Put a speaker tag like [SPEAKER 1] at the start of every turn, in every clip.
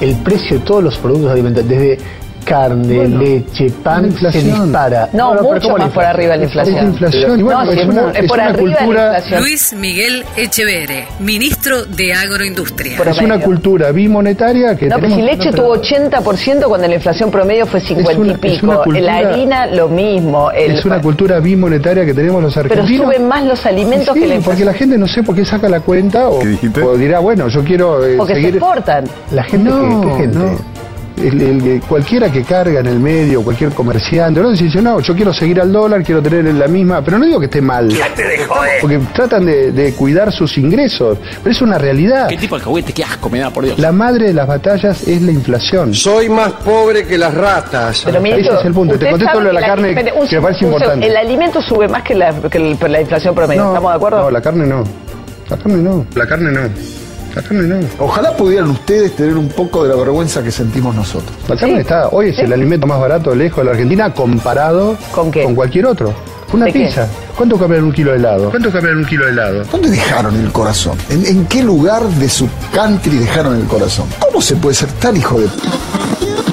[SPEAKER 1] el precio de todos los productos alimentarios, desde carne,
[SPEAKER 2] Bueno,
[SPEAKER 1] leche,
[SPEAKER 2] la
[SPEAKER 1] pan, se
[SPEAKER 2] inflación.
[SPEAKER 1] dispara.
[SPEAKER 3] No,
[SPEAKER 1] pero
[SPEAKER 3] mucho
[SPEAKER 1] ¿cómo la
[SPEAKER 3] más por arriba la inflación.
[SPEAKER 2] Es inflación, y bueno,
[SPEAKER 3] No, sí,
[SPEAKER 2] es,
[SPEAKER 3] es
[SPEAKER 2] una,
[SPEAKER 3] por- es
[SPEAKER 2] es
[SPEAKER 3] por
[SPEAKER 2] una
[SPEAKER 3] arriba la
[SPEAKER 2] cultura,
[SPEAKER 3] inflación.
[SPEAKER 4] Luis Miguel Echeverre, ministro de Agroindustria.
[SPEAKER 3] Por-
[SPEAKER 2] es una
[SPEAKER 3] Promedio.
[SPEAKER 2] cultura bimonetaria que
[SPEAKER 3] No, pero
[SPEAKER 2] tenemos-
[SPEAKER 3] si leche
[SPEAKER 2] no, pero-
[SPEAKER 3] tuvo 80% cuando la inflación promedio fue 50
[SPEAKER 2] una-
[SPEAKER 3] y
[SPEAKER 2] es
[SPEAKER 3] pico.
[SPEAKER 2] una cultura-
[SPEAKER 3] la harina, lo mismo. El-
[SPEAKER 2] Es una cultura bimonetaria que tenemos los
[SPEAKER 3] pero
[SPEAKER 2] argentinos.
[SPEAKER 3] suben más los alimentos
[SPEAKER 2] Sí,
[SPEAKER 3] que la
[SPEAKER 2] porque
[SPEAKER 3] inflación.
[SPEAKER 2] la gente no sé por qué saca la cuenta o,
[SPEAKER 5] ¿Qué dijiste?
[SPEAKER 2] o dirá, bueno, yo quiero eh,
[SPEAKER 3] Porque se
[SPEAKER 2] seguir...
[SPEAKER 3] exportan.
[SPEAKER 1] La gente,
[SPEAKER 2] no,
[SPEAKER 1] que- ¿qué gente?
[SPEAKER 2] no. El- el- cualquiera que carga en el medio, cualquier comerciante, no dice, no, yo quiero seguir al dólar, quiero tener la misma, pero no digo que esté mal. Porque tratan de, de cuidar sus ingresos, pero es una realidad.
[SPEAKER 6] ¿Qué tipo de alcahuete? Qué asco me da, por Dios.
[SPEAKER 2] La madre de las batallas es la inflación.
[SPEAKER 7] Soy más pobre que las ratas.
[SPEAKER 3] Pero
[SPEAKER 2] Ese es el punto. Te
[SPEAKER 3] ustedes
[SPEAKER 2] contesto
[SPEAKER 3] saben
[SPEAKER 2] lo de la
[SPEAKER 3] que
[SPEAKER 2] carne,
[SPEAKER 3] espere,
[SPEAKER 2] que me parece
[SPEAKER 3] un segundo.
[SPEAKER 2] importante.
[SPEAKER 3] El alimento sube más que la, que el- la inflación promedio. ¿Estamos de acuerdo?
[SPEAKER 2] No, la carne no. La carne no. La carne no. La carne no.
[SPEAKER 8] Ojalá pudieran ustedes tener un poco de la vergüenza que sentimos nosotros.
[SPEAKER 2] La carne
[SPEAKER 3] Sí.
[SPEAKER 2] está, hoy es el alimento más barato lejos de la Argentina comparado
[SPEAKER 3] ¿Con qué?
[SPEAKER 2] cualquier otro. Una
[SPEAKER 3] ¿De qué?
[SPEAKER 2] pizza. ¿Cuánto cambian un kilo de helado? ¿Cuánto cambian un kilo de helado?
[SPEAKER 8] ¿Dónde dejaron el corazón? ¿En, en qué lugar de su country dejaron el corazón? ¿Cómo se puede ser tan hijo de... p-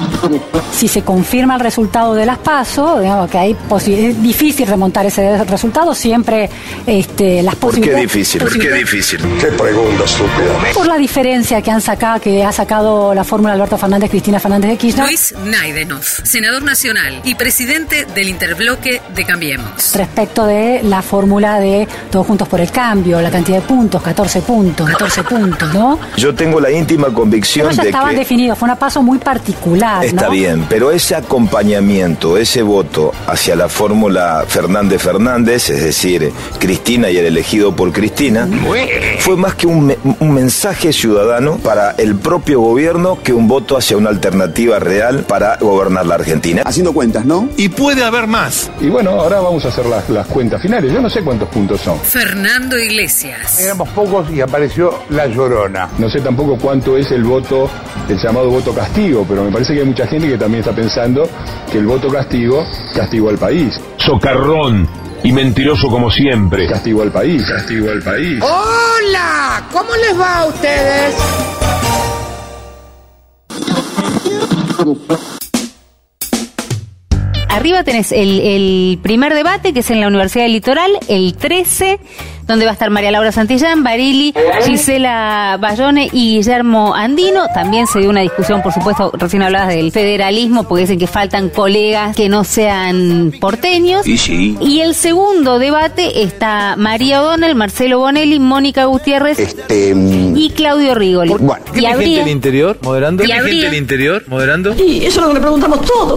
[SPEAKER 9] Si se confirma el resultado de las PASO, digamos que hay posi- es difícil remontar ese resultado, siempre este, las posibilidades... posibilidades-
[SPEAKER 5] difícil?
[SPEAKER 7] Te pregunto, estúpido.
[SPEAKER 9] Por la diferencia que han sacado, que ha sacado la fórmula Alberto Fernández, Cristina Fernández de Kirchner,
[SPEAKER 4] Luis Naidenov, senador nacional y presidente del interbloque de Cambiemos.
[SPEAKER 9] respecto de la fórmula de Todos Juntos por el Cambio, la cantidad de puntos, 14 puntos, 14 puntos, ¿no?
[SPEAKER 10] Yo tengo la íntima
[SPEAKER 9] Eso
[SPEAKER 10] convicción
[SPEAKER 9] ya
[SPEAKER 10] de
[SPEAKER 9] estaba
[SPEAKER 10] que
[SPEAKER 9] definido, fue una paso muy particular,
[SPEAKER 10] está
[SPEAKER 9] ¿no?
[SPEAKER 10] bien, pero ese acompañamiento, ese voto hacia la fórmula Fernández Fernández, es decir, Cristina y el elegido por Cristina, fue más que un, me- un mensaje ciudadano para el propio gobierno que un voto hacia una alternativa real para gobernar la Argentina.
[SPEAKER 8] Haciendo cuentas, ¿no?
[SPEAKER 5] Y puede haber más.
[SPEAKER 7] Y bueno, ahora vamos a hacer las, las cuentas finales. Yo no sé cuántos puntos son.
[SPEAKER 4] Fernando Iglesias.
[SPEAKER 6] Éramos pocos y apareció La Llorona.
[SPEAKER 7] No sé tampoco cuánto es el voto, el llamado voto castigo, pero me parece que hay mucha gente que también está pensando que el voto castigo castigo al país,
[SPEAKER 5] Socarrón y mentiroso como siempre.
[SPEAKER 7] castigo al país, castigo al país.
[SPEAKER 4] Hola, ¿cómo les va a ustedes?
[SPEAKER 11] Arriba tenés el, el primer debate, que es en la Universidad del Litoral, el 13, donde va a estar María Laura Santillán, Barili, Gisela Bayone y Guillermo Andino. También se dio una discusión, por supuesto, recién hablabas del federalismo, porque dicen que faltan colegas que no sean porteños.
[SPEAKER 5] Y sí.
[SPEAKER 11] Y el segundo debate está María O'Donnell, Marcelo Bonelli, Mónica Gutiérrez
[SPEAKER 8] Este...
[SPEAKER 11] y Claudio Rigoli. y habría,
[SPEAKER 6] interior moderando?
[SPEAKER 11] ¿Tiene ¿Y gente habría? del
[SPEAKER 6] interior moderando?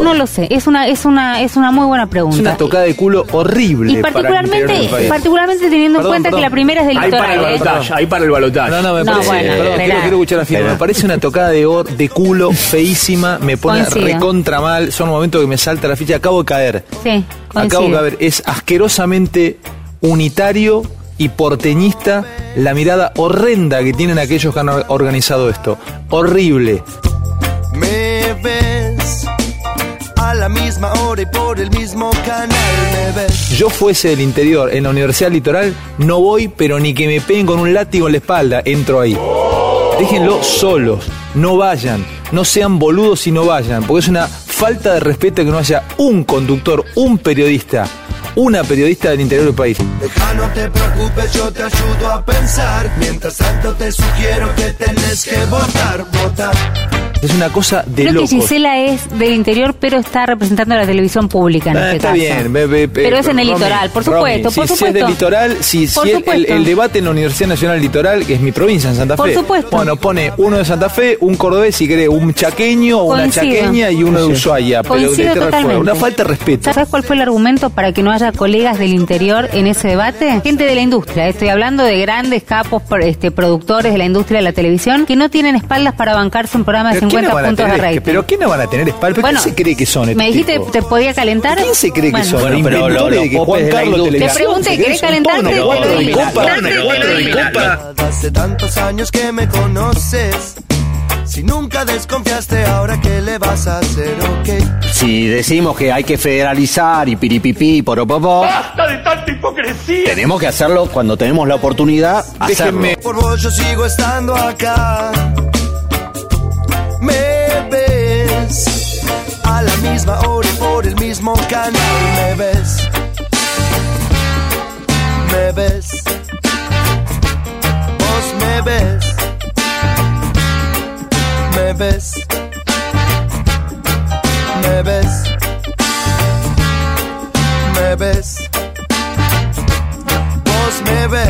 [SPEAKER 11] no lo sé, es una, es una, es una muy buena pregunta.
[SPEAKER 6] de culo horrible.
[SPEAKER 11] Y particularmente, particularmente teniendo en
[SPEAKER 6] Perdón,
[SPEAKER 11] cuenta
[SPEAKER 6] perdón.
[SPEAKER 11] que la primera es del
[SPEAKER 6] Ahí para el
[SPEAKER 11] litoral. ¿eh?
[SPEAKER 6] balotaje,
[SPEAKER 1] ahí para el balotaje.
[SPEAKER 6] No, no, me
[SPEAKER 11] No,
[SPEAKER 6] parece.
[SPEAKER 11] bueno,
[SPEAKER 6] perdón,
[SPEAKER 11] esperá.
[SPEAKER 6] quiero, quiero escuchar a Firma. Me parece una tocada de, or- de culo feísima. Me pone
[SPEAKER 11] Coincido.
[SPEAKER 6] recontra mal. Son momentos que me salta la ficha. Acabo de caer.
[SPEAKER 11] Sí, coincido.
[SPEAKER 6] Acabo de caer. Es asquerosamente unitario y porteñista la mirada horrenda que tienen aquellos que han or- organizado esto. Horrible.
[SPEAKER 7] Me ves a la misma hora y por el mismo canal me ves.
[SPEAKER 6] Yo fuese del interior en la Universidad Litoral, no voy, pero ni que me peguen con un látigo en la espalda, entro ahí. Déjenlo solos, no vayan, no sean boludos y no vayan, porque es una falta de respeto que no haya un conductor, un periodista, una periodista del interior del país.
[SPEAKER 7] Deja, no te preocupes, yo te ayudo a pensar. Mientras tanto te sugiero que tenés que votar, votar.
[SPEAKER 6] Es una cosa de
[SPEAKER 11] Creo
[SPEAKER 6] locos.
[SPEAKER 11] que Gisela es del interior, pero está representando a la televisión pública en
[SPEAKER 6] Ah,
[SPEAKER 11] este
[SPEAKER 6] está
[SPEAKER 11] caso.
[SPEAKER 6] bien, be- be- be-
[SPEAKER 11] pero es en el
[SPEAKER 6] Romy,
[SPEAKER 11] litoral, por
[SPEAKER 6] Romy,
[SPEAKER 11] supuesto,
[SPEAKER 6] si-
[SPEAKER 11] por
[SPEAKER 6] si,
[SPEAKER 11] supuesto.
[SPEAKER 6] es del litoral, si, si
[SPEAKER 11] Por
[SPEAKER 6] el- el-
[SPEAKER 11] supuesto.
[SPEAKER 6] el, debate en la Universidad Nacional Litoral, que es mi provincia en Santa Fe,
[SPEAKER 11] Por supuesto.
[SPEAKER 6] bueno, pone uno de Santa Fe, un cordobés, si cree, un chaqueño, una
[SPEAKER 11] Coincido.
[SPEAKER 6] chaqueña y uno de Ushuaia, pero de
[SPEAKER 11] Coincido
[SPEAKER 6] Tierra del Fuego.
[SPEAKER 11] totalmente.
[SPEAKER 6] Una falta de respeto.
[SPEAKER 11] ¿Sabes cuál fue el argumento para que no haya colegas del interior en ese debate? Gente de la industria, estoy hablando de grandes capos pro- este, productores de la industria de la televisión que no tienen espaldas para bancarse un programa de
[SPEAKER 6] ¿Pero quién no
[SPEAKER 11] 50
[SPEAKER 6] van a
[SPEAKER 11] puntos de
[SPEAKER 6] tener? este?
[SPEAKER 11] rating.
[SPEAKER 6] ¿Pero quién no van a tener espalda? ¿Pero
[SPEAKER 11] Bueno,
[SPEAKER 6] ¿Quién se cree que son? estos
[SPEAKER 11] ¿Me dijiste
[SPEAKER 6] tipos?
[SPEAKER 11] te podía calentar?
[SPEAKER 6] ¿Quién se cree
[SPEAKER 11] Bueno.
[SPEAKER 6] que son?
[SPEAKER 10] Bueno, pero
[SPEAKER 6] Inventores
[SPEAKER 10] lo- los
[SPEAKER 6] de que
[SPEAKER 10] popes de
[SPEAKER 6] Juan
[SPEAKER 10] la
[SPEAKER 6] Carlos
[SPEAKER 10] industria.
[SPEAKER 11] Te
[SPEAKER 6] Televisión,
[SPEAKER 11] pregunto,
[SPEAKER 6] ¿se cree que
[SPEAKER 11] ¿querés
[SPEAKER 6] son
[SPEAKER 11] calentar?
[SPEAKER 6] tonos?
[SPEAKER 11] Te-
[SPEAKER 6] Cuatro
[SPEAKER 11] te-
[SPEAKER 6] de
[SPEAKER 11] te-
[SPEAKER 6] copa,
[SPEAKER 11] te- te-
[SPEAKER 6] cuatro de
[SPEAKER 11] te-
[SPEAKER 6] copa.
[SPEAKER 7] Hace tantos años que me conoces. Si nunca desconfiaste, ahora que le vas a hacer, ok.
[SPEAKER 6] Si decimos que hay que federalizar y piripipi y poropopó,
[SPEAKER 10] Tenemos que hacerlo cuando tenemos la oportunidad.
[SPEAKER 6] déjenme
[SPEAKER 7] Por vos yo sigo estando acá.
[SPEAKER 6] me ves. A la misma hora y por el mismo canal me ves. Me ves. Vos me ves. Me ves. Me ves. Me ves. Vos me ves.